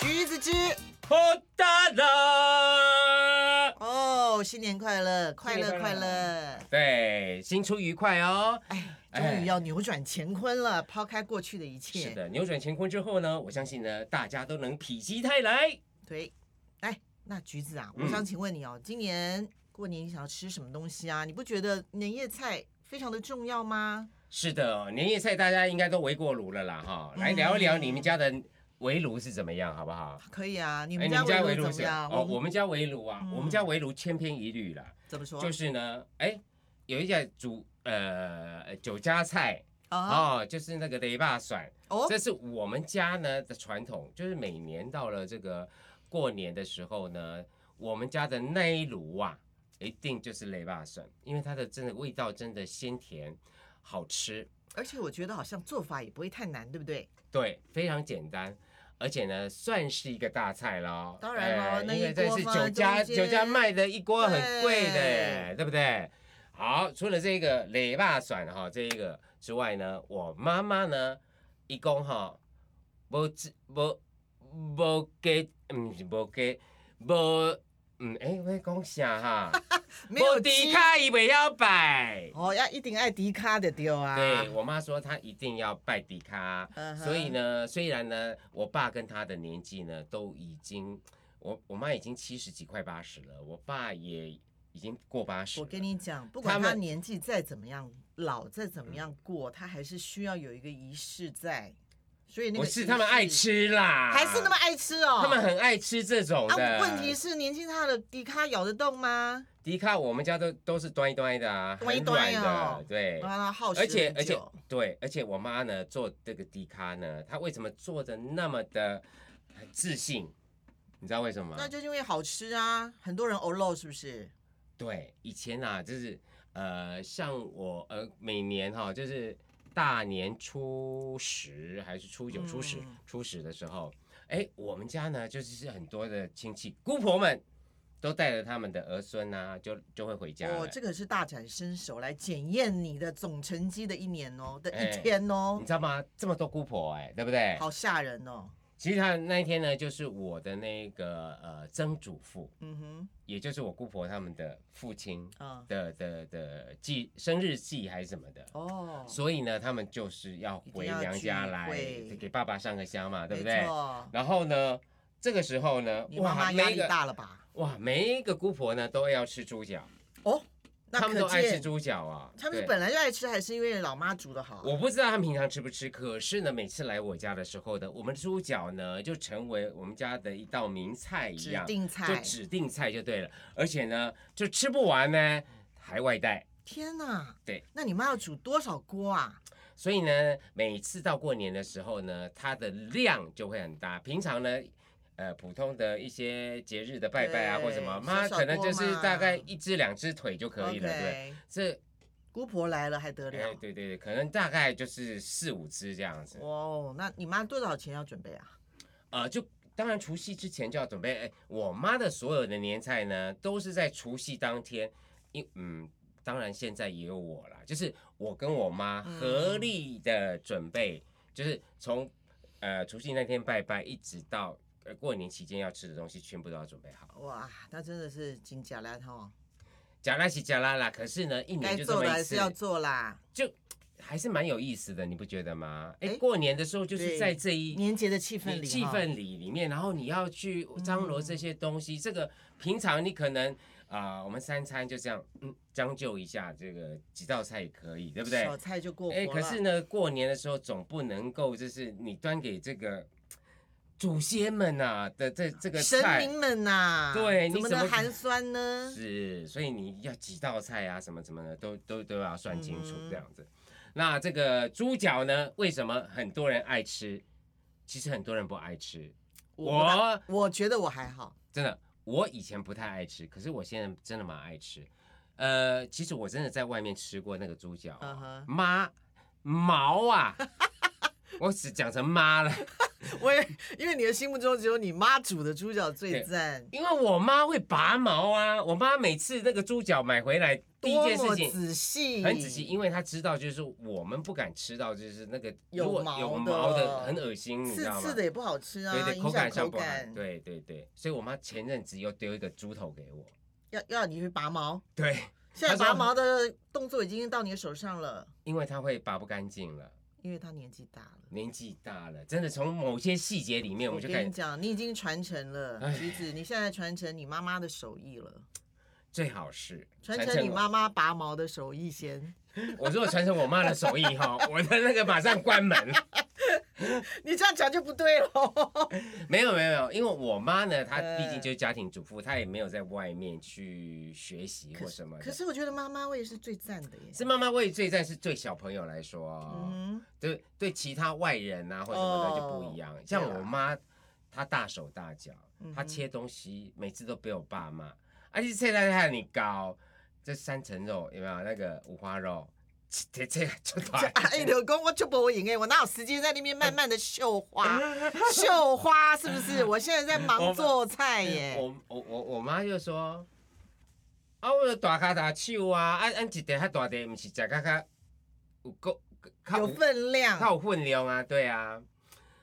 橘子汁喝大了。哦，新年快乐，快新乐年快快乐乐！对，新出愉快哦。哎，哎终于要扭转乾坤了，抛开过去的一切。是，的，扭转乾坤之后呢，我相信呢，大家都能否极泰来。对。哎，那橘子啊，嗯我想请问你哦，今年过年你想要吃什么东西啊？你不觉得年夜菜非常的重要吗？是的，年夜菜大家应该都围过炉了啦，哈，嗯来聊一聊你们家的围炉是怎么样，好不好？可以啊，你哎们家围炉是怎么样？哦，我我们们家围炉啊，嗯我们家围炉千篇一律啦，怎么说？就是呢，哎，有一家煮呃酒家菜啊哦，就是那个雷霸蒜，哦这是我们家呢的传统，就是每年到了这个过年的时候呢，我们家的那一炉啊，一定就是雷霸蒜，因为它的真的味道真的鲜甜，好吃，而且我觉得好像做法也不会太难，对不对？对，非常简单。而且呢，算是一个大菜了。当然咯哎那因为一锅这是放酒在家中酒家间卖的一锅很贵的，对对不对？好，除了这个雷霸蒜哈这一个之外呢，我妈妈呢，一共哈，无只无无给，嗯，是无给，无，嗯，哎、我在讲啥哈？ 没有无鸡低卡伊袂晓摆。哦，要一定爱迪卡的丢啊。对我妈说，她一定要拜迪卡。嗯哼所以呢，虽然呢，我爸跟他的年纪呢都已经，我我妈已经七十几快八十了，我爸也已经过八十。我跟，你讲，不管他他们嗯年纪再怎么样，老再怎么样过，他还是需要有一个仪式在。所以那个我是他们仪式爱，吃啦，还是那么爱吃哦。他们很爱吃这种啊，的。问题是年轻他的迪卡咬得动吗？迪卡，我们家都都是端一端的啊，端一很软端哦的，对。让他耗时而且很而且久对，而且我妈呢做这个迪卡呢，她为什么做的那么的自信？你知道为什么吗？那就是因为好吃啊，很多人欧漏是不是？对，以前啊，就是呃，像我呃，每年哈、就是大年初十还是初九、初十嗯、初十的时候，哎，我们家呢就是是很多的亲戚姑婆们都带着他们的儿孙啊，就就会回家了。哦，这个是大展身手来检验你的总成绩的一年哦的哎一天哦你，知道吗？这么多姑婆哎、对不对？好吓人哦。其实他那一天呢，就是我的那个呃曾祖父，嗯也就是我姑婆他们的父亲哼，啊，的的的祭生日祭还是什么的。哦，所以呢，他们就是要回娘家来一定要聚会给爸爸上个香嘛，对不没对？错，然后呢，这个时候呢，你妈哇，妈压每一力个大了吧？哇，每一个姑婆呢都要吃猪脚，哦，那他们都可爱吃见猪脚啊。他们是对本来就爱吃，还是因为老妈煮的好啊？我不知道他们平常吃不吃，可是呢，每次来我家的时候呢，我们猪脚呢就成为我们家的一道名菜一指样，定就菜。指定菜就对了。而且呢，就吃不完呢还外带。天哪！对，那你妈要煮多少锅啊？所以呢，每次到过年的时候呢，它的量就会很大。平常呢，呃，普通的一些节日的拜拜啊，对或什么，小妈小可能锅就是嘛大概一只两只腿就可以了，对。 OK，这姑婆来了还得哎了，？对对对，可能大概就是四五只这样子。哦，那你妈多少钱要准备啊？呃，就当然除夕之前就要准备。哎，我妈的所有的年菜呢，都是在除夕当天，因嗯。当然，现在也有我啦，就是我跟我妈嗯合力的准备，就是从呃除夕那天拜拜，一直到呃过年期间要吃的东西，全部都要准备好。哇，那真的是金甲兰哈，假啦是假啦啦，可是呢，一该年就这做的么一还次是，要做啦。就还是蛮有意思的，你不觉得吗？哎、哎过年的时候就对是在这一年节的气氛你里，嗯气氛里里面，然后你要去张罗这些东西。这个平常你可能啊、我们三餐就这样，嗯，将就一下，这个几道菜也可以，对对不对？小菜就过活哎，了。可是呢，过年的时候总不能够就是你端给这个祖先们呐、的这这个神菜明们呐，对你怎么怎能么寒酸呢？是，所以你要几道菜啊，什么什么的，都都都要算清楚嗯这样子。那这个猪脚呢，为什么很多人爱吃？其实很多人不爱吃。不大我我觉得我还好，真的，我以前不太爱吃，可是我现在真的蛮爱吃。呃，其实我哦真的在外面吃过那个猪脚嗯啊，哼 妈、毛啊，我只讲成妈了，我也因为你的心目中只有你妈煮的猪脚最对赞，因为我妈会拔毛啊，我妈每次那个猪脚买回来第一多件事么情。仔细，很仔细，因为她知道，就是我们不敢吃到，就是那个有如果毛有的毛的，很恶心，你知刺道吗？刺的也不好吃啊，对对，影口响感口上不好感。。对对对，所以我妈前阵子又丢一个猪头给我，要要你去拔毛，对，现在她说拔毛的动作已经到你的手上了，因为她会拔不干净了，因为他年纪大了。年纪大了，真的从某些细节里面我我们就跟你感讲，你已经传承了哎橘子，你现在传承你妈妈的手艺了，最好是传承你我妈妈拔毛的手艺先。我如果传承我妈的手艺哈，我的那个马上关门。你这样讲就不对 了。没有没有没有，因为我妈呢，她呃毕竟就是家庭主妇，她也没有在外面去学习或什么的。可是我觉得妈妈味是最赞的耶。是妈妈为最赞，是对小朋友来说，哦嗯，对对其他外人啊或什么的就不一样。像哦对我啦妈，她大手大脚，嗯她哼切东西每次都被我爸骂，而且切太太你高，这三层肉有没有那个五花肉，切切切 就短。哎，老公，我就不会赢哎，我哪有时间在那边慢慢的绣花？ 绣花是不是？我现在在忙做菜耶。 我我我我妈就说，啊，我的大骹大手啊，啊，按一块较大块，毋是食较较有够较有有分量，较有分量啊，对啊。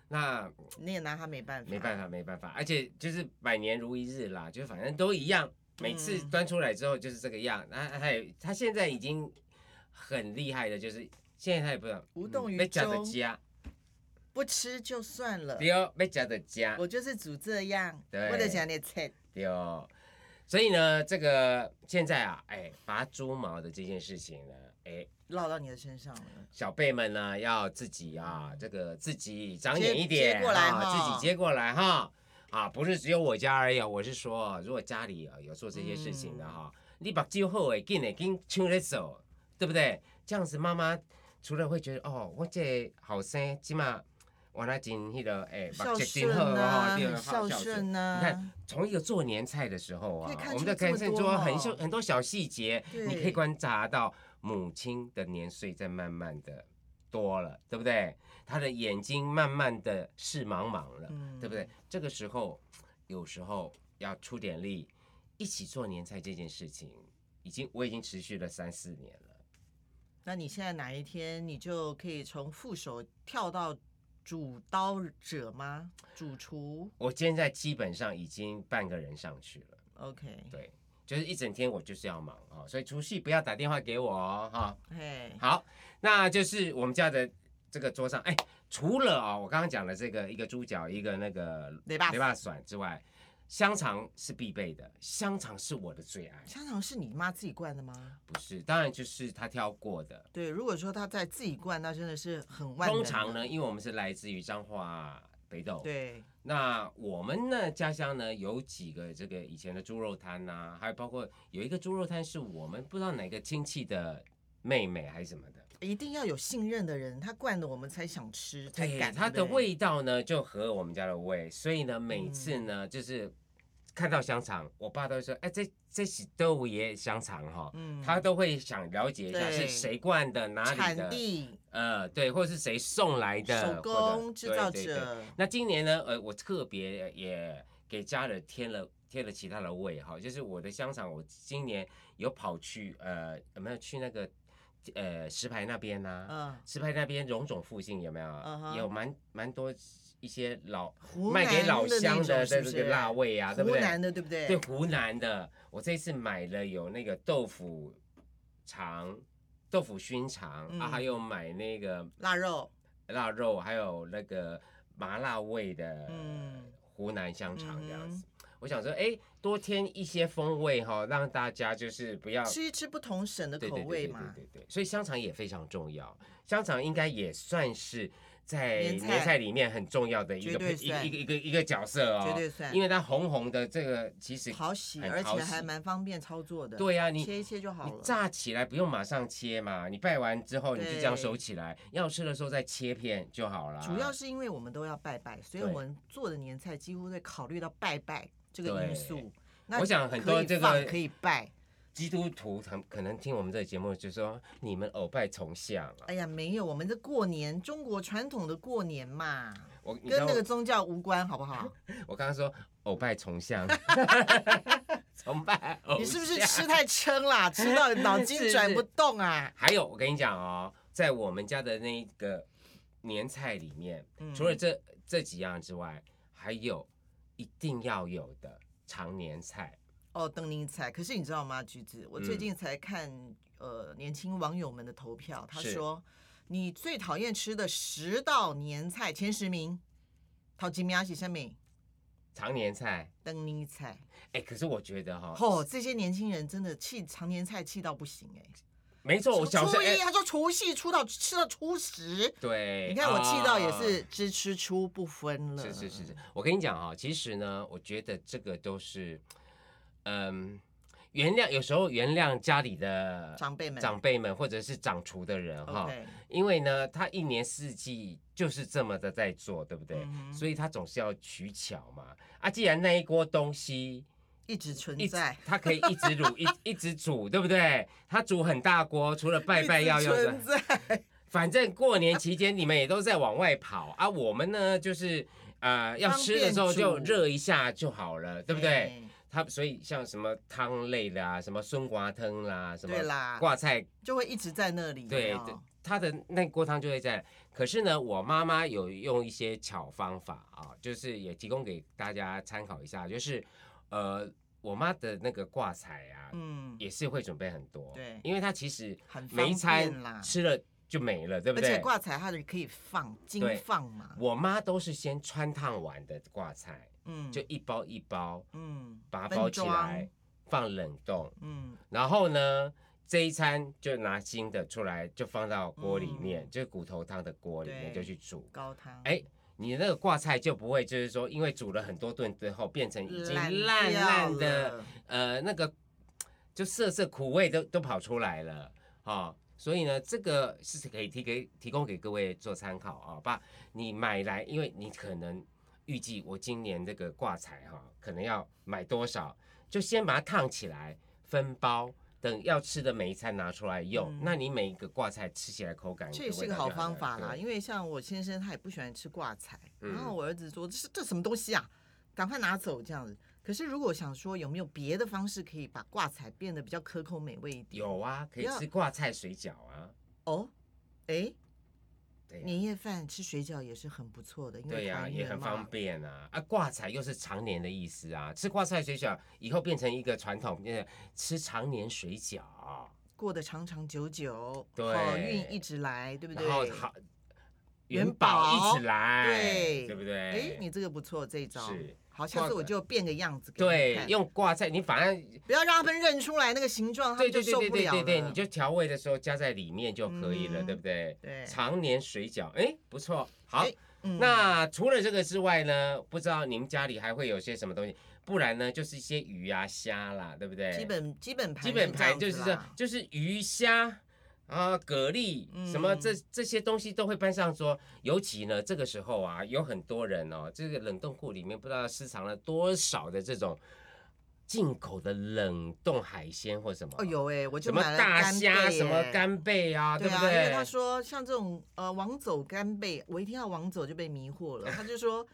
那你也拿他没办法。没办法，没办法，而且就是百年如一日啦，就是反正都一样，每次嗯端出来之后就是这个样。那他也他现在已经很厉害的，就是现在他也不知道嗯无动于要食衷就食，不吃就算了。对，哦要食就食。我就是煮这样，对为了想你菜。对哦，所以呢，这个现在啊，哎，拔猪毛的这件事情呢，哎，落到你的身上了，小辈们呢要自己啊，这个自己长嗯接眼一点，接过来啊，哈自己接过来哈。啊，不是只有我家而已哦，我是说，如果家里啊有做这些事情的哈，嗯你把酒后诶，紧诶，紧抢来走，对不对？这样子妈妈除了会觉得哦，我这后生起码我那真迄个诶，孝目睭真顺好哦啊，对很孝好顺啊。你看，从一个做年菜的时候啊可以，看我们出的这么感受多中很哦多很多小细节，你可对以观察到母亲的年岁在慢慢的多了，对不对？她的眼睛慢慢的视茫茫了，嗯对不对？这个时候，有时候要出点力，一起做年菜这件事情，已经我已经持续了三四年了。那你现在哪一天你就可以从副手跳到主刀者吗？主厨我现在基本上已经半个人上去了， ，OK，对，就是一整天我就是要忙啊、哦所以除夕不要打电话给我哦哈、嘿，好，那就是我们家的这个桌上，哎，除了啊、我刚刚讲的这个一个猪脚，一个那个雷霸雷霸蒜之外，香肠是必备的，香肠是我的最爱，香肠是你妈自己灌的吗？不是，当然就是他挑过的。对，如果说她在自己灌，那真的是很万能通的常呢，，因为我们是来自于彰化北斗，对，那我们呢家乡呢有几个这个以前的猪肉摊呐、还有包括有一个猪肉摊是我们不知道哪个亲戚的妹妹还是什么的，一定要有信任的人，他灌的我们才想吃，才对，敢。它对的不对味道呢就合我们家的味，所以呢每次嗯呢、就是看到香肠，我爸都会说，哎、这这是豆爷香肠哈、嗯他都会想了解一下对是谁灌的，哪里产的，地、呃，对，或者是谁送来的，手或工者制造。对对对者，那今年呢，呃，我特别呃也给家人添了。添了其他的味哈，就是我的香肠，我今年有跑去呃，有没有去那个呃石牌那边呐、嗯，石牌那边荣总附近有没有嗯哼有蛮蛮多一些老湖卖给南老的那乡种的是这不个是辣味啊，对不湖对？南的对不对？对湖南的，我这次买了有那个豆腐肠、豆腐熏肠、嗯啊，还有买那个腊肉，腊肉，还有那个麻辣味的嗯湖南香肠这样嗯子。我想说，哎，多添一些风味哈、让大家就是不要吃一吃不同省的对口对对味对嘛。对对对，所以香肠也非常重要，香肠应该也算是在年年菜菜里面很重要的一绝个对配一个算一个一个一个角色哦，绝对算因为它红红的这个其实好洗，很而讨且喜还蛮方便操作的。对呀、你切一切就好你了。炸起来不用马上切嘛，你拜完之后你就这样对收起来，要吃的时候再切片就好了。主要是因为我们都要拜拜，所以我啊对们做的年菜几乎会考虑到拜拜这个因对素。那我想很多可以这放个可以拜，基督徒他们可能听我们这个节目就说你们偶拜崇像啊，哎呀，没有，我们这过年，中国传统的过年嘛，我你知跟道那个我宗教无关，好不好？我刚刚说偶拜 崇像， 崇拜 偶像，你是不是吃太撑 啦？吃到脑筋转不动啊？还有，我跟你讲哦，在我们家的那个年菜里面，嗯除了这这几样之外，还有一定要有的常年菜。哦，邓宁才。可是你知道吗，橘子？我最嗯近才看、呃年轻网友们的投票，他是说你最讨厌吃的十道年菜前十名，陶吉米亚是什么？常年菜，邓宁菜。哎，可是我觉得哈、哦，这些年轻人真的气常年菜气到不行哎、没错，我小时初候一哎，他说除夕出到吃到初十，对，你看我气到也是啊。支吃出不分了。是是是是，我跟你讲哈、其实呢，我觉得这个都是，嗯，原谅有时候原谅家里的长辈们长辈们或者是掌厨的人哈、 OK，因为呢，他一年四季就是这么的在做，对不对？嗯哼所以他总是要取巧嘛。啊，既然那一锅东西一直存一直在，他可以一直卤一 一直煮，对不对？他煮很大锅，除了拜拜要一直用的存，在。反正过年期间你们也都在往外跑啊。我们呢，就是呃要方吃的便时候就煮热一下就好了， 对不对？哎？他所以像什么汤类的啊，什么松瓜汤啦，什么对啦挂菜就会一直在那里。对有没有对，他的那锅汤就会在。可是呢，我妈妈有用一些巧方法啊，就是也提供给大家参考一下，就是呃，我妈的那个挂彩啊，嗯，也是会准备很多，对因为她其实很每一方便啦餐吃了就没了，对不而且对？挂彩它的可以放金对放嘛，我妈都是先穿烫完的挂菜，嗯，就一包一包嗯把它包起，分来装，放冷冻，嗯，然后呢，这一餐就拿新的出来，就放到锅里面，嗯就是骨头汤的锅里面对就去煮。高汤，哎，你那个挂菜就不会，就是说，因为煮了很多顿之后，变成已经烂烂掉烂的，了，呃，那个就涩涩苦味都都跑出来了哦。所以呢，这个是可以提给提供给各位做参考啊、把你买来，因为你可能预计我今年这个挂彩哈、可能要买多少，就先把它烫起来，分包，等要吃的每一餐拿出来用。嗯那你每一个挂菜吃起来口感这跟也味是个道好就很方好法啦。对因为像我先生他也不喜欢吃挂彩，嗯然后我儿子说这是这什么东西啊，赶快拿走这样子。可是如果想说有没有别的方式可以把挂彩变得比较可口美味一点，有啊，可以要吃挂菜水饺啊。哦，哎，对啊年夜饭吃水饺也是很不错的，因对为呀、团也圆很嘛方便啊！啊，挂彩又是常年的意思啊，吃挂菜水饺以后变成一个传统，变成吃常年水饺，过得长长久久，对好运一直来，对不对？然后好元元宝宝一直来，对对不对？哎，你这个不错，这一招是好，下次我就变个样子给你对看，用挂菜，你反正不要让他们认出来那个形状，他对们就对受对对不对了对对，了你就调味的时候加在里面就可以了，嗯对不对？对常年水饺，哎，不错，好哎。嗯那除了这个之外呢，不知道你们家里还会有些什么东西？不然呢，就是一些鱼啊、虾啦，对不对？基本基本盘基本盘这就是样子这啦，就是鱼虾啊、蛤蜊嗯什么这这些东西都会搬上桌。尤其呢，这个时候啊，有很多人哦，这个冷冻库里面不知道私藏了多少的这种进口的冷冻海鲜或什么。哦，有哎，我就什么买了大干贝虾、什么哎。干贝啊，对不啊，对？因为他说像这种呃王走干贝，我一听到王走就被迷惑了。他就说，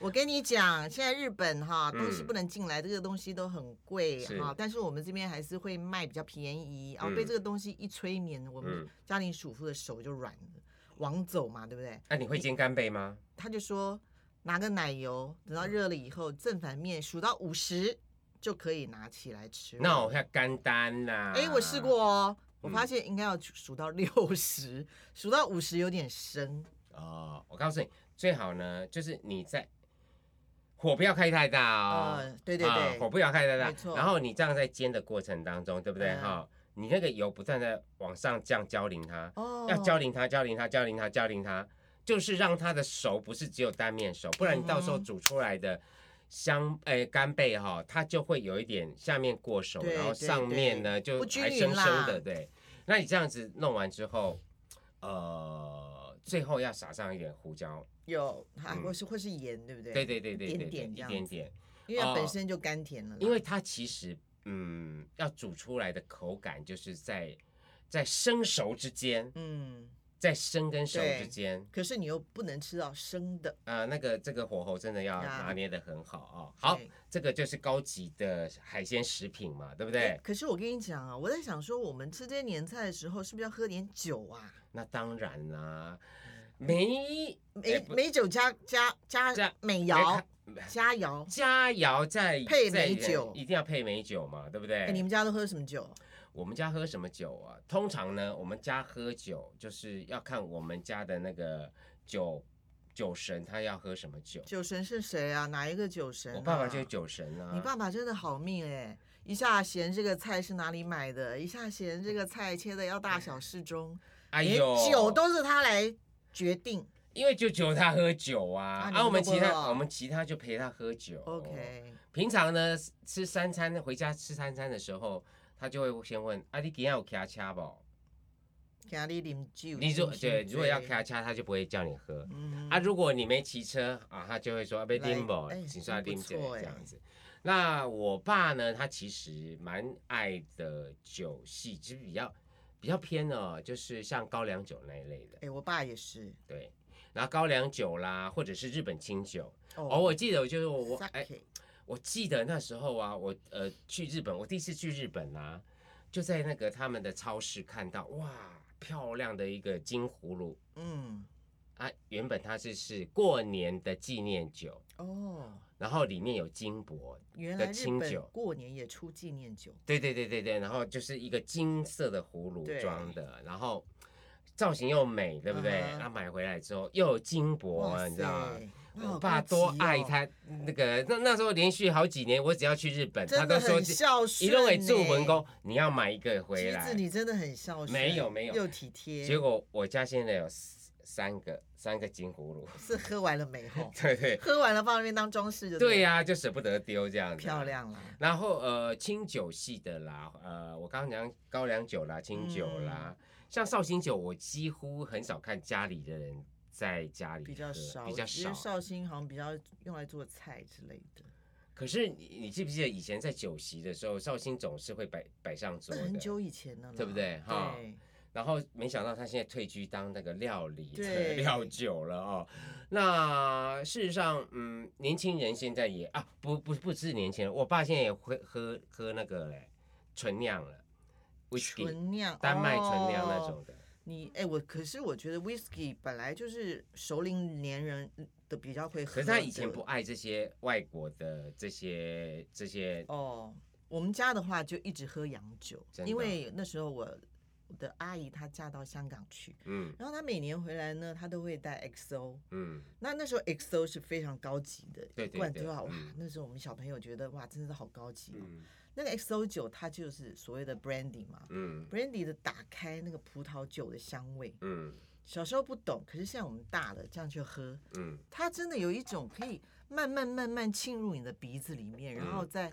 我跟你讲，现在日本哈嗯东西不能进来，这个东西都很贵是哈，但是我们这边还是会卖比较便宜。哦，嗯被这个东西一催眠，我们嗯家庭主妇的手就软了。王走嘛，对不对？那、你会煎干贝吗？他就说拿个奶油，等嗯到热了以后，正反面数到五十就可以拿起来吃了。那我要干丹呐、哎、我试过哦，我嗯发现应该要数到六十、数到五十有点生。哦。我告诉你，最好呢，就是你在火不要开太大哦。呃，对对啊对，火不要开太没大错。然后你这样在煎的过程当中，对不对嗯哈、你那个油不断的往上这样浇淋它，哦，要浇淋它，浇淋它，浇淋它，浇淋它，就是让它的熟不是只有单面熟，不然你到时候嗯哼煮出来的香诶、干贝哈、它就会有一点下面过熟，对然后对上对面呢就不均还匀生啦生的，对。那你这样子弄完之后，呃，最后要撒上一点胡椒，有，还嗯或是或是盐，对不对？对，对对对对对，一点点一这样点点，因为它哦本身就甘甜了啦。因为它其实嗯，要煮出来的口感就是在在生熟之间，嗯，在生跟熟对之间，可是你又不能吃到生的，啊，那个这个火候真的要呀拿捏的很好啊、好对，哎这个就是高级的海鲜食品嘛，对不对哎？可是我跟你讲啊，我在想说，我们吃这些年菜的时候，是不是要喝点酒啊？那当然嗯啦、没美哎不美酒加加加加美没肴看佳 肴。佳肴在配在美人酒一定要配美酒嘛，对不对？哎，你们家都喝什么酒？我们家喝什么酒啊？通常呢，我们家喝酒就是要看我们家的那个酒酒神他要喝什么酒。酒神是谁啊？哪一个酒神、我爸爸就是。酒神啊。你爸爸真的好命哎、一下嫌这个菜是哪里买的，一下嫌这个菜切的要大小适中，哎连呦，酒都是他来决定。因为就只有他喝酒啊啊，你啊，我们都不其喝他我们其他就陪他喝酒。 OK，平常呢吃三餐回家吃三餐的时候，他就会先问啊，你今天有开车不？给他啉酒。你如是不是对，如果要开，车，他就不会叫你喝。嗯啊，如果你没骑车啊，他就会说被来拎不哎，请刷真拎不姐错哎这样子。那我爸呢，他其实蛮爱的酒系，其实比较比较偏哦，就是像高粱酒那一类的，哎、我爸也是。对。然后高粱酒啦，或者是日本清酒。哦，哦，我记得我就是我我哎， Sake 我记得那时候啊，我呃去日本，我第一次去日本啊，就在那个他们的超市看到哇，漂亮的一个金葫芦嗯，啊，原本它是是过年的纪念酒，哦，然后里面有金箔，原来的日清本酒过年也出纪念酒。对对对对对，然后就是一个金色的葫芦对装的，然后造型又美，对不对？嗯哼啊，买回来之后又有金箔，你知道吗？塞哇我好高爸级多哦爱他那个，那那时候连续好几年，我只要去日本，他真都的说很孝一顺、欸。路给祝文工，你要买一个回橘子，来。你真的很孝顺，没有没有又体贴。结果我家现在有四三个三个金葫芦，是喝完了没？ 吼，对对喝完了放那边当装饰就对了、呀、就舍不得丢这样子。漂。亮啦。然后呃，清酒系的啦，呃，我刚刚讲高粱酒啦、清酒啦，嗯像绍兴酒，我几乎很少看家里的人在家里比较喝少，比较我觉得少。绍兴好像比较用来做菜之类的，可是你你记不记得以前在酒席的时候，绍兴总是会摆摆上桌那的，很久以前的了啦，对不对哈对，然后没想到他现在退居当那个料理的对 料酒了哦。那事实上，嗯，年轻人现在也啊，不不不是年轻人，我爸现在也会喝喝那个嘞，纯酿了，whisky，纯酿，丹麦纯酿那哦种的。你哎、我可是我觉得 whisky 本来就是熟龄年人的比较会喝的，可是他以前不爱这些外国的这些这些，哦，我们家的话就一直喝洋酒，真的因为那时候我我的阿姨她嫁到香港去，嗯然后她每年回来呢，她都会带 XO。嗯，那那时候 XO 是非常高级的，对对一罐对多少哇嗯？那时候我们小朋友觉得哇，真的是好高级、哦。嗯那个 XO 酒它就是所谓的 brandy 嘛、嗯 b r a n d y 的打开那个葡萄酒的香味，嗯小时候不懂，可是现在我们大了，这样去喝，嗯，它真的有一种可以慢慢慢慢沁入你的鼻子里面，然后嗯再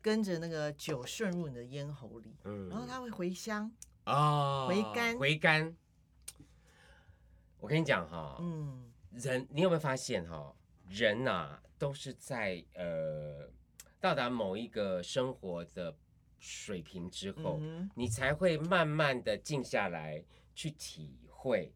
跟着那个酒顺入你的咽喉里，嗯然后它会回香，哦，回甘回甘。我跟你讲哈、嗯，人，你有没有发现哈、人呐、都是在呃到达某一个生活的水平之后，嗯哼你才会慢慢的静下来去体会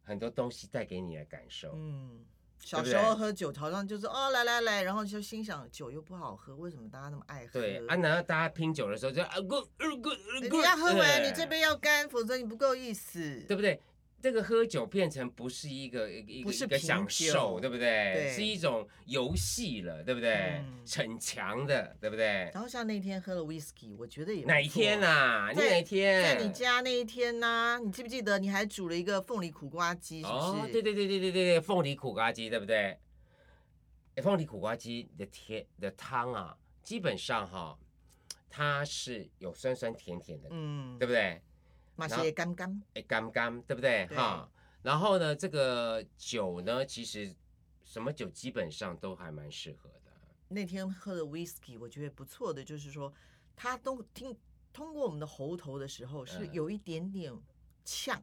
很多东西带给你的感受。嗯，小对不时候对喝酒，好像就是哦，来来来，然后就心想酒又不好喝，为什么大家那么爱喝？哎对啊，难道大家拼酒的时候就啊，good good 你 good，要喝完，你这杯要干，否则你不够意思。对不对？这个喝酒变成不是一个一不个是一个品享酒受，对不对？对是一种游戏了，对不对？嗯逞强的，对不对？然后像那天喝了 whisky，我觉得也不哪一天错啊？你在哪一天？在你家那一天呢、你记不记得你还煮了一个凤梨苦瓜鸡，是不是？哦，对对对对对对，凤梨苦瓜鸡，对不对？哎，凤梨苦瓜鸡的甜的汤啊，基本上哈、它是有酸酸甜甜的，嗯对，不对？马然后些干干，哎，干干，对不对？对哈，然后呢，这个酒呢，其实什么酒基本上都还蛮适合的。那天喝的 whisky，我觉得不错的，就是说它都听通过我们的喉头的时候是嗯有一点点呛，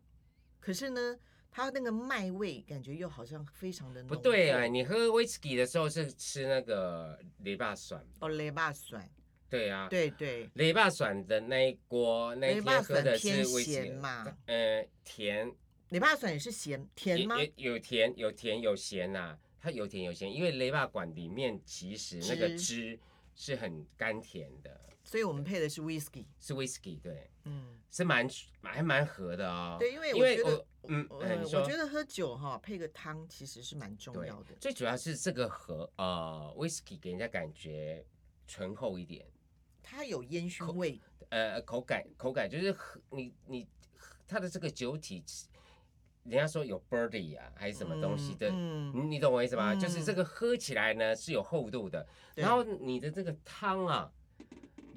可是呢，它那个麦味感觉又好像非常的不对啊，啊，你喝 whisky 的时候是吃那个雷霸酸，哦雷霸酸，对啊，对对，雷霸蒜的那一锅，那一雷霸天喝蒜的是偏威士忌咸，嘛，呃，甜，雷霸蒜也是咸也甜吗？也有甜，有甜有咸呐、啊它有甜有咸，因为雷霸管里面其实那个汁汁是很甘甜的，所以我们配的是 whisky。是 whisky 对，嗯，是蛮还蛮合的哦。对，因为因我为觉得我，嗯，哎呃，你我说觉得喝酒哈配个汤其实是蛮重对要的，。最主要是这个和呃 whisky 给人家感觉醇厚一点，它有烟熏口味，呃，口感口感就是喝你你它的这个酒体，人家说有 birdy 啊还是什么东西嗯的，嗯你你懂我意思吧？就是这嗯个喝起来呢是有厚度的，对然后你的这个汤啊，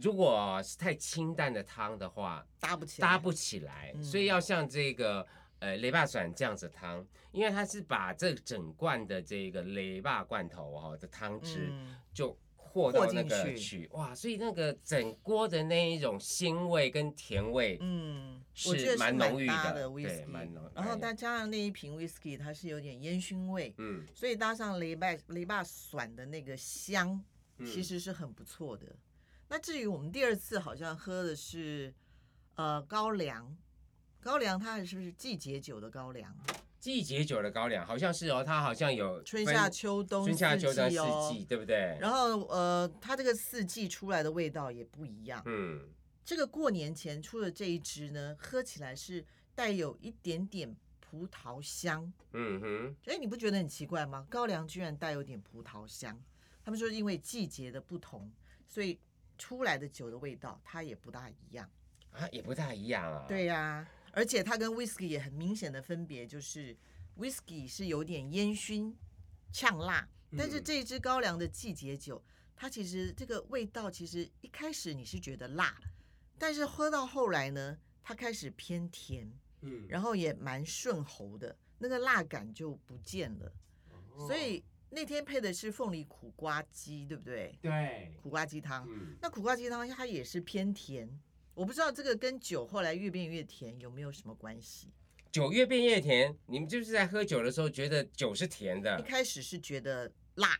如果是太清淡的汤的话，搭不起来，搭不起来，嗯所以要像这个呃雷霸蒜这样子汤，因为它是把这整罐的这个雷霸罐头哈、哦、的汤汁嗯就和到那和个进去，哇，所以那个整锅的那一种腥味跟甜味，嗯，是我觉得是蛮浓郁搭的的对蛮 whisky 浓。哎然后蛮再加上那一瓶 whisky，它是有点烟熏味，嗯，所以搭上雷霸雷霸蒜的那个香，嗯其实是很不错的。那至于我们第二次好像喝的是呃高粱，高粱它还是不是季节酒的高粱？季节酒的高粱好像是哦，它好像有春分夏秋冬、春夏秋冬季哦四季，对不对？然后呃，它这个四季出来的味道也不一样。嗯，这个过年前出的这一支呢，喝起来是带有一点点葡萄香。嗯哼，哎，你不觉得很奇怪吗？高粱居然带有点葡萄香。他们说，因为季节的不同，所以出来的酒的味道它也不大一样。啊，也不太一样啊。对呀、而且它跟 whisky 也很明显的分别，就是 whisky 是有点烟熏、呛辣，但是嗯这一支高粱的季节酒，它其实这个味道其实一开始你是觉得辣，但是喝到后来呢，它开始偏甜，嗯，然后也蛮顺喉的，那个辣感就不见了。哦所以那天配的是凤梨苦瓜鸡，对不对？对，苦瓜鸡汤。嗯，那苦瓜鸡汤它也是偏甜，我不知道这个跟酒后来越变越甜有没有什么关系。酒越变越甜，你们就是在喝酒的时候觉得酒是甜一的，开始是觉得辣，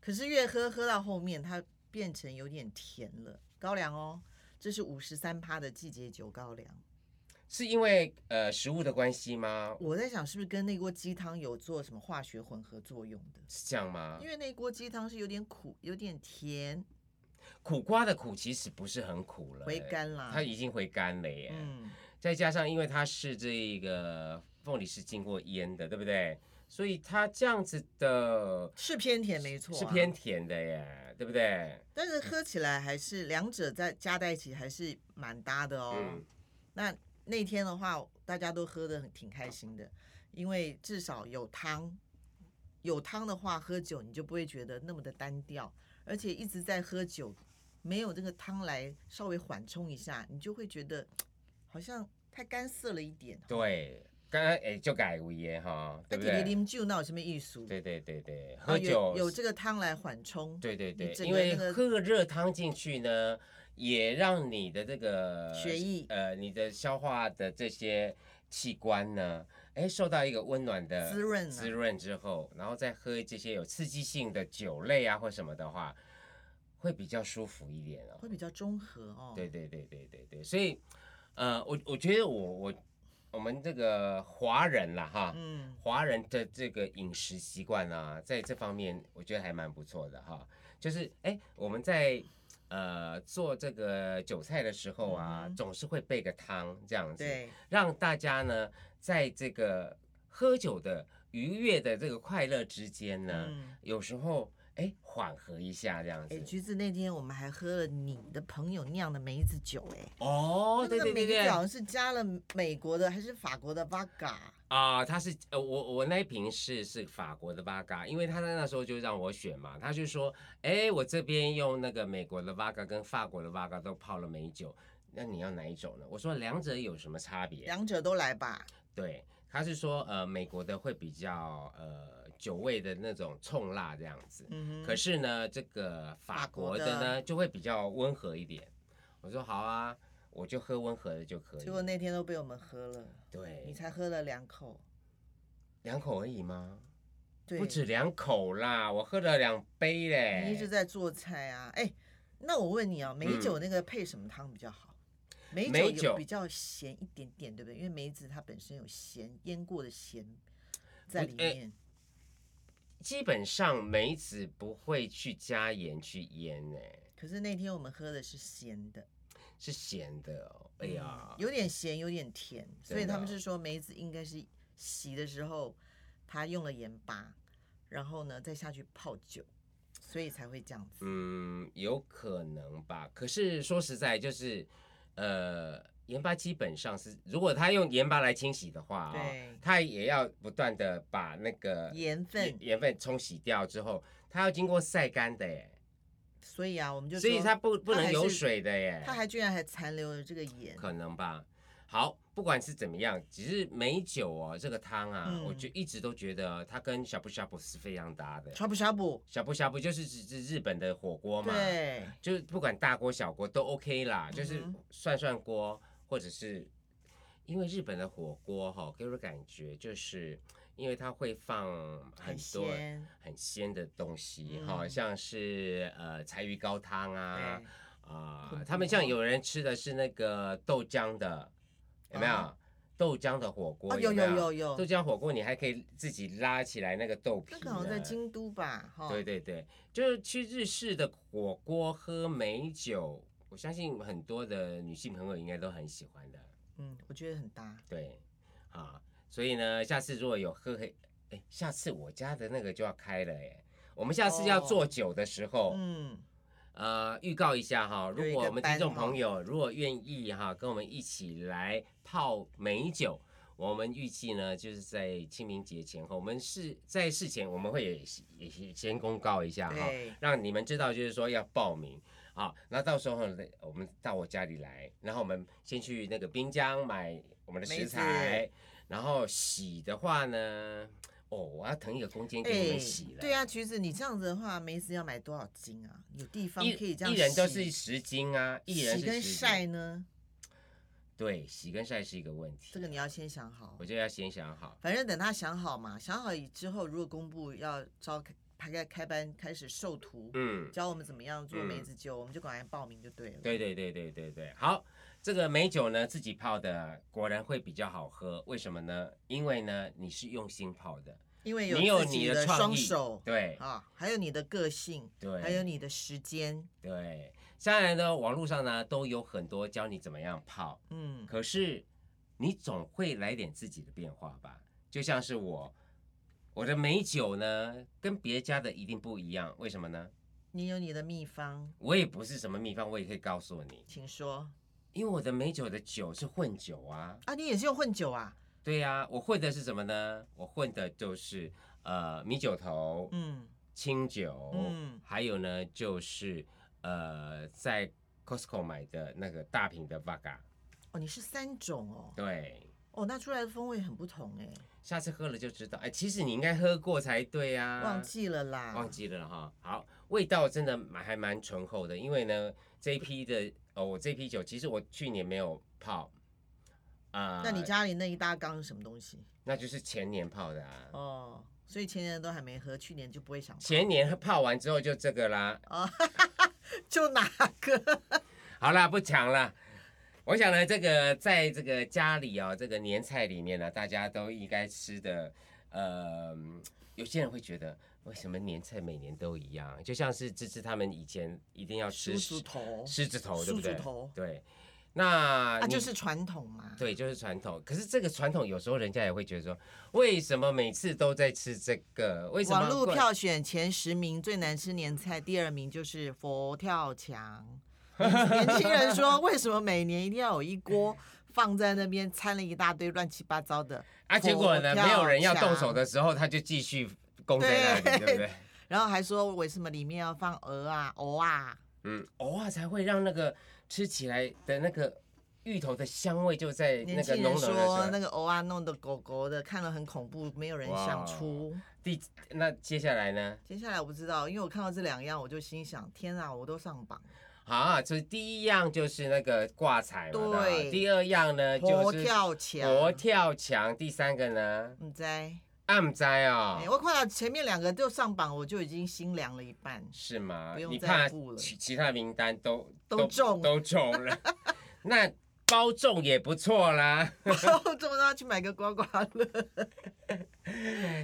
可是越喝喝到后面，它变成有点甜了。高粱哦，这是五十三趴的季节酒高粱。是因为呃食物的关系吗？我在想，是不是跟那锅鸡汤有做什么化学混合作用的？是这样吗因？为那锅鸡汤是有点苦，有点甜，苦瓜的苦其实不是很苦了、回欸甘啦。它已经回甘了耶。嗯，再加上因为它是这个凤梨是经过腌的，对不对？所以它这样子的是偏甜没错、啊是偏，甜的耶，对不对？但是喝起来还是两者在加在一起还是蛮搭的哦。嗯那那天的话，大家都喝的很挺开心的，因为至少有汤，有汤的话，喝酒你就不会觉得那么的单调，而且一直在喝酒，没有这个汤来稍微缓冲一下，你就会觉得嗯好像太干涩了一点。对。刚刚诶就改为耶哈，那对不弟弟对？啉酒那有什么艺术？对对对对，啊喝酒有有这个汤来缓冲，对对对，整因个为那个喝热汤进去呢，也让你的这个血液呃，你的消化的这些器官呢，哎，受到一个温暖的滋润啊滋润之后，然后再喝这些有刺激性的酒类啊或什么的话，会比较舒服一点哦会。比较中和哦。对对对对对对，所以呃，我我觉得我我我们这个华人啦哈，嗯，华人的这个饮食习惯啊，在这方面我觉得还蛮不错的哈。就是哎、我们在呃做这个韭菜的时候啊，嗯哼总是会备个汤这样子，对，让大家呢在这个喝酒的愉悦的这个快乐之间呢，嗯。有时候哎缓、和一下这样哎，子。橘子那天我们还喝了你的朋友酿的梅子酒，哎，哦，对那个对对梅对子好，像是加了美国的还是法国的 vodka，啊、他是呃，我我那一瓶是是法国的 v a g a 因为他在那时候就让我选嘛，他就说，哎，我这边用那个美国的 v a g a 跟法国的 v a g a 都泡了美酒，那你要哪一种呢？我说两者有什么差别？两者都来吧。对，他是说呃，美国的会比较呃酒味的那种冲辣这样子，嗯可哼，是呢，这个法法国国的呢的就会比较温和一点。我说好啊，我就喝温和的就可以结果了。那天都被我们喝了，你对，才喝了两口，两口而已吗？对，不止两口啦，我喝了两杯嘞。你一直在做菜啊，哎。那我问你啊，梅酒那个配什么汤比较好？梅梅酒酒有比较咸一点点，对不对？因为梅子它本身有咸腌过的咸在里哎面。基本上梅子不会去加盐去腌呢、可是那天我们喝的是咸的，是咸的哦。哎呀嗯，有点咸，有点甜，所以真的他们哦是说梅子应该是洗的时候，他用了盐巴，然后呢再下去泡酒，所以才会这样子。嗯，有可能吧。可是说实在，就是呃，盐巴基本上是，如果他用盐巴来清洗的话、哦对，他也要不断的把那个盐分，盐分冲洗掉之后，它要经过晒干的耶，所以啊，我们就所以说它不不它能还有是水的耶。它还居然还残留了这个盐，可能吧。好，不管是怎么样，只是美酒哦，这个汤啊，嗯我就一直都觉得它跟小布小布是非常搭的。呷哺呷哺，小布小布就是指指日本的火锅嘛，对，就是不管大锅小锅都 OK 啦，就是嗯涮涮锅或者是，因为日本的火锅哈、给我的感觉就是，因为它会放很很多鲜，很鲜的东西哈、嗯像是呃柴鱼高汤啊对，啊、昆布他们像哦有人吃的是那个豆浆的，有没有？啊豆浆的火锅、哦，有没有有豆有，浆火锅你还可以自己拉起来那个豆皮那呢。个好像在京都吧，哈，对对对，就是去日式的火锅喝美酒，我相信很多的女性朋友应该都很喜欢的。嗯，我觉得很搭，对，啊，所以呢，下次如果有喝黑，哎，下次我家的那个就要开了哎，我们下次要哦做酒的时候，嗯，呃，预告一下哈，有如一果个我们班听众哈朋友如果愿意哈，跟我们一起来泡美酒，我们预计呢就是在清明节前后，我们是在事前我们会也也也先公告一下哈，对，让你们知道就是说要报名啊，那到时候呢，我们到我家里来，然后我们先去那个滨江买我们的梅食子材，然后洗的话呢，哦，我要腾一个空间给你们洗了，对啊，橘子，你这样子的话，梅子要买多少斤啊？有地方一可以这样一人都洗是十斤啊，一人洗是跟10斤晒呢，对，洗跟晒是一个问题。这个你要先想好我。就要先想好。反正等他想好嘛，想好以之后，如果公布要招开开开开班开始授徒，嗯，教我们怎么样做嗯梅子酒，我们就赶快报名就对了。对对对对对对，好，这个美酒呢自己泡的果然会比较好喝，为什么呢？因为呢你是用心泡的，因为你有自你己的创双意手对啊，还有你的个性，对，还有你的时间，对。虽然呢网络上呢都有很多教你怎么样泡，嗯，可是你总会来点自己的变化吧？就像是我，我的美酒呢跟别家的一定不一样，为什么呢？你有你的秘方，我也不是什么秘方，我也可以告诉你，请说因为我的美酒的酒是混酒啊。啊，你也是用混酒啊，对呀、我混的是什么呢？我混的就是呃米酒头、嗯清酒，嗯还有呢就是呃在 Costco 买的那个大瓶的 Vaga。哦，你是三种哦，对，哦，那出来的风味很不同哎、下次喝了就知道。哎，其实你应该喝过才对啊呀、忘记了啦，嗯忘记了哈。好，味道真的蛮还蛮醇厚的，因为呢这一批的哦，我这批酒其实我去年没有泡。啊、那你家里那一大缸是什么东西？那就是前年泡的啊，哦，所以前年都还没喝，去年就不会想喝前年泡完之后就这个啦， 就哪个？好啦，不抢啦。我想呢，这个在这个家里哦，这个年菜里面啊呢，大家都应该吃的，呃，嗯有些人会觉得，为什么年菜每年都一样？就像是芝芝他们以前一定要吃猪狮猪头狮子头，对不对狮子头？对，那啊，你就是传统嘛。，对，就是传统。可是这个传统有时候人家也会觉得说，为什么每次都在吃这个？为什么网络过票选前十名最难吃年菜，第二名就是佛跳 墙。年轻人说，为什么每年一定要有一 锅放在那边掺了一大堆乱七八糟的？啊？结果呢，佛跳没有人要动墙手的时候，他就继续供在那里，对不 对？然后还说为什么里面要放鹅啊、藕啊？嗯，偶尔才会让那个吃起来的那个芋头的香味就在那年个轻浓人浓的说时哎那候个藕啊弄得狗狗的，看了很恐怖，没有人想出。第那接下来呢？接下来我不知道，因为我看到这两样，我就心想：天啊，我都上榜。啊，所以第一样就是那个挂彩嘛，吧对哎第二样呢就佛是跳墙，嗯佛跳墙，第三个呢你在啊，唔知哦哎、，我看到前面两个就上榜，我就已经心凉了一 半。是吗不？用你再看顾了其其他名单都都中都中了，那包中也不错啦。然后这么让他去买个刮刮乐，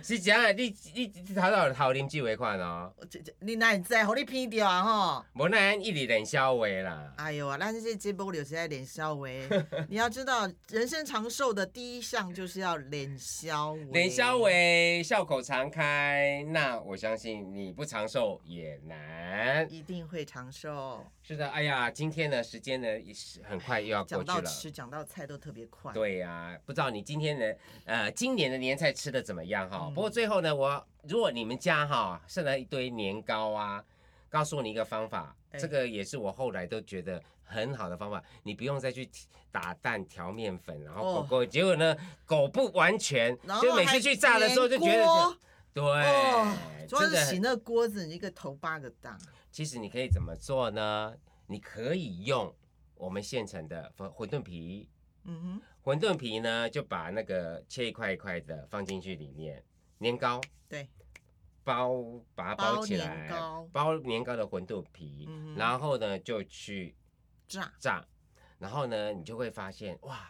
是这样，你你你头头头啉酒的款哦，我这这你哪里在？互你骗掉啊吼！无那咱一直连销话啦。哎呦啊，但是这节目就是在脸消 维，你要知道，人生长寿的第一项就是要脸消维。连销为笑口常开，那我相信你不长寿也难。一定会长寿。是的，哎呀，今天呢，时间呢也是很快又要过讲去到了。吃，讲到菜都特别快。对呀、不知道你今天的呃今年的年菜吃的怎么样哈？嗯不过最后呢，我如果你们家哈剩了一堆年糕啊，告诉你一个方法，哎这个也是我后来都觉得很好的方法，你不用再去打蛋调面粉，然后哦狗狗、结果呢狗不完全然，后就每次去炸的时候就觉还得锅对，哦，主要哎真是的洗很。那锅子，你一个头八个大。其实你可以怎么做呢？你可以用我们现成的馄馄饨皮。嗯哼，馄饨皮呢，就把那个切一块一块的放进去里面，年糕对，包把它包包起年来，糕包年糕的馄饨皮，嗯哼然后呢就去炸。炸，然后呢你就会发现哇，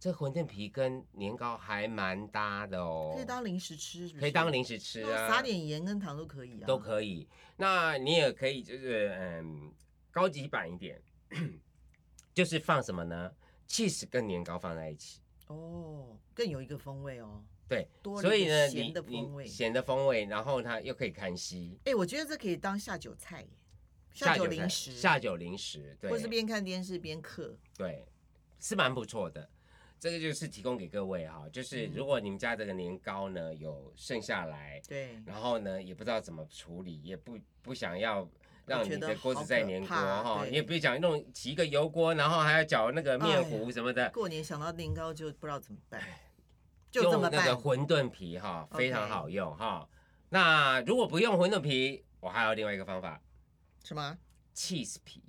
这馄饨皮跟年糕还蛮搭的哦，可以当零食吃，是不是可以当零食吃那啊，撒点盐跟糖都可以啊，都可以。那你也可以就是嗯高级版一点， 就是放什么呢？cheese 跟年糕放在一起。哦，更有一个风味哦。对，多了所一以个呢，咸你的你风味咸的风味，然后它又可以看戏，哎，我觉得这可以当下酒菜耶，酒酒零菜食，下酒零食，对或，是边看电视边嗑。对，是蛮不错的。这个就是提供给各位哈，嗯就是如果你们家这个年糕呢有剩下来，对，然后呢也不知道怎么处理，也不不想要让觉你得的锅好子再可粘锅怕哈，对你也不想弄起一个油锅，然后还要搅那个面哎糊什么的，过年想到年糕就不知道怎么办，就这哎用么那个办。馄饨皮哈，非常 OK 好用哈。那如果不用馄饨皮，我还有另外一个方法，什么 cheese 皮。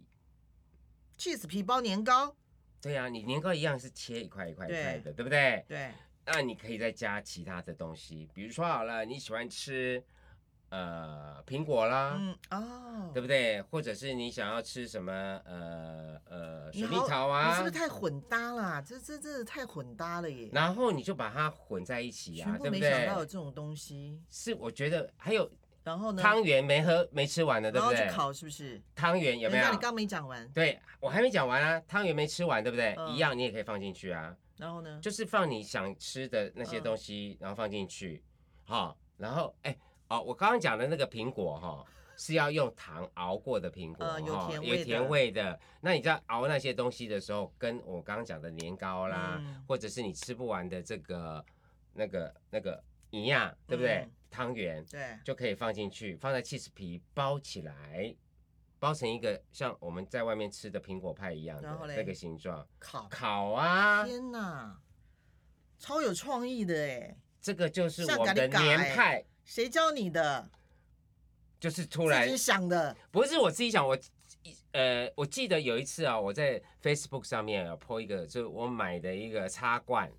cheese 皮包年糕？对呀、你年糕一样是切一块一块一对块的，对不对？对，那你可以再加其他的东西，比如说好了，你喜欢吃呃苹果啦，嗯哦对，不对？或者是你想要吃什么呃呃你水蜜好桃你啊是不是，太混搭啦？这这这太混搭了耶！然后你就把它混在一起全啊，部对不没想对到？有这种东西，是我觉得还有然后呢，汤圆没喝没吃完的，对然不后去对？烤是不是？汤圆有等没一下有你？刚没讲完，对我还没讲完啊，汤圆没吃完，对不对？嗯一样你也可以放进去啊，然后呢？就是放你想吃的那嗯些东西，然后放进去，好、然后哎、哦，我刚刚讲的那个苹果哈、是要用糖熬过的苹果，呃有哈甜味有的甜味的。那你在熬那些东西的时候，跟我刚刚讲的年糕啦，嗯或者是你吃不完的这个、那个、那个一样，对不对？嗯汤圆对，就可以放进去，放在 cheese 皮包起来，包成一个像我们在外面吃的苹果派一样的然后嘞那个形状，烤。烤啊，天哪，超有创意的哎！这个就是像我们的咖喱年咖欸派，谁教你的？就是突自然啊己想的。不是我自己想，我呃，我记得有一次啊，我在 Facebook 上面有 po 一个，就是我买的一个插罐，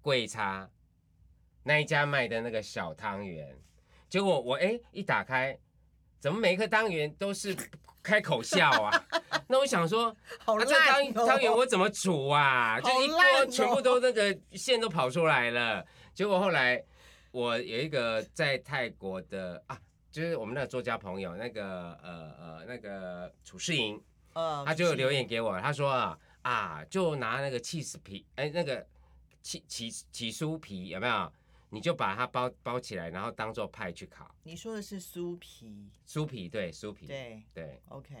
桂叉，那一家卖的那个小汤圆，结果我哎一打开，怎么每一颗汤圆都是开口笑啊？ 那我想说，好啊、这烂汤哦！汤圆我怎么煮 啊？就好一锅烂哦全部都那个馅都跑出来了。结果后来我有一个在泰国的啊，就是我们那个作家朋友，那个呃呃那个楚世莹，呃他就留言给我，他说啊啊，就拿那个 cheese 皮，哎、那个起起起酥皮有没有？你就把它包包起来，然后当做派去烤。你说的是酥皮，酥皮对酥皮对对，OK，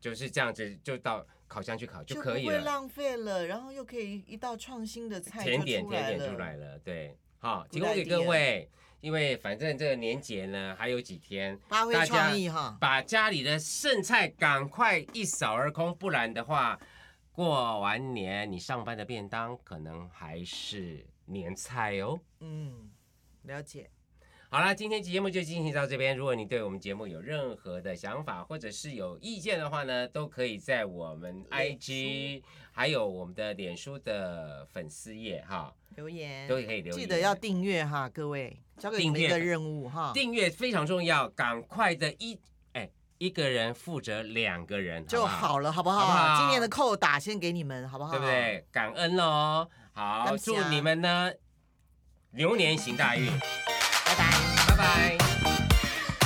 就是这样子，就到烤箱去烤就可以不会了。浪费了，然后又可以一道创新的菜甜就点出甜来点出来了。了，对，好， Good 提供给各位，因为反正这个年节呢还有几天，发挥大家创意哈，把家里的剩菜赶快一扫而空，不然的话，过完年你上班的便当可能还是年菜哦。嗯，了解。好啦，今天节目就进行到这边。如果你对我们节目有任何的想法，或者是有意见的话呢，都可以在我们脸 IG 还有我们的脸书的粉丝页哈，留言都，可以留言。哎记得要订阅哈，各位，交给你们订阅一个任务哈，订阅非常重要，赶快的一哎一个人负责两个人就好好了，好不好？好不好今年的扣打先给你们，好不不好？好，对不？对？感恩喽，感好，谢祝啊你们呢牛年行大运，拜拜。拜拜。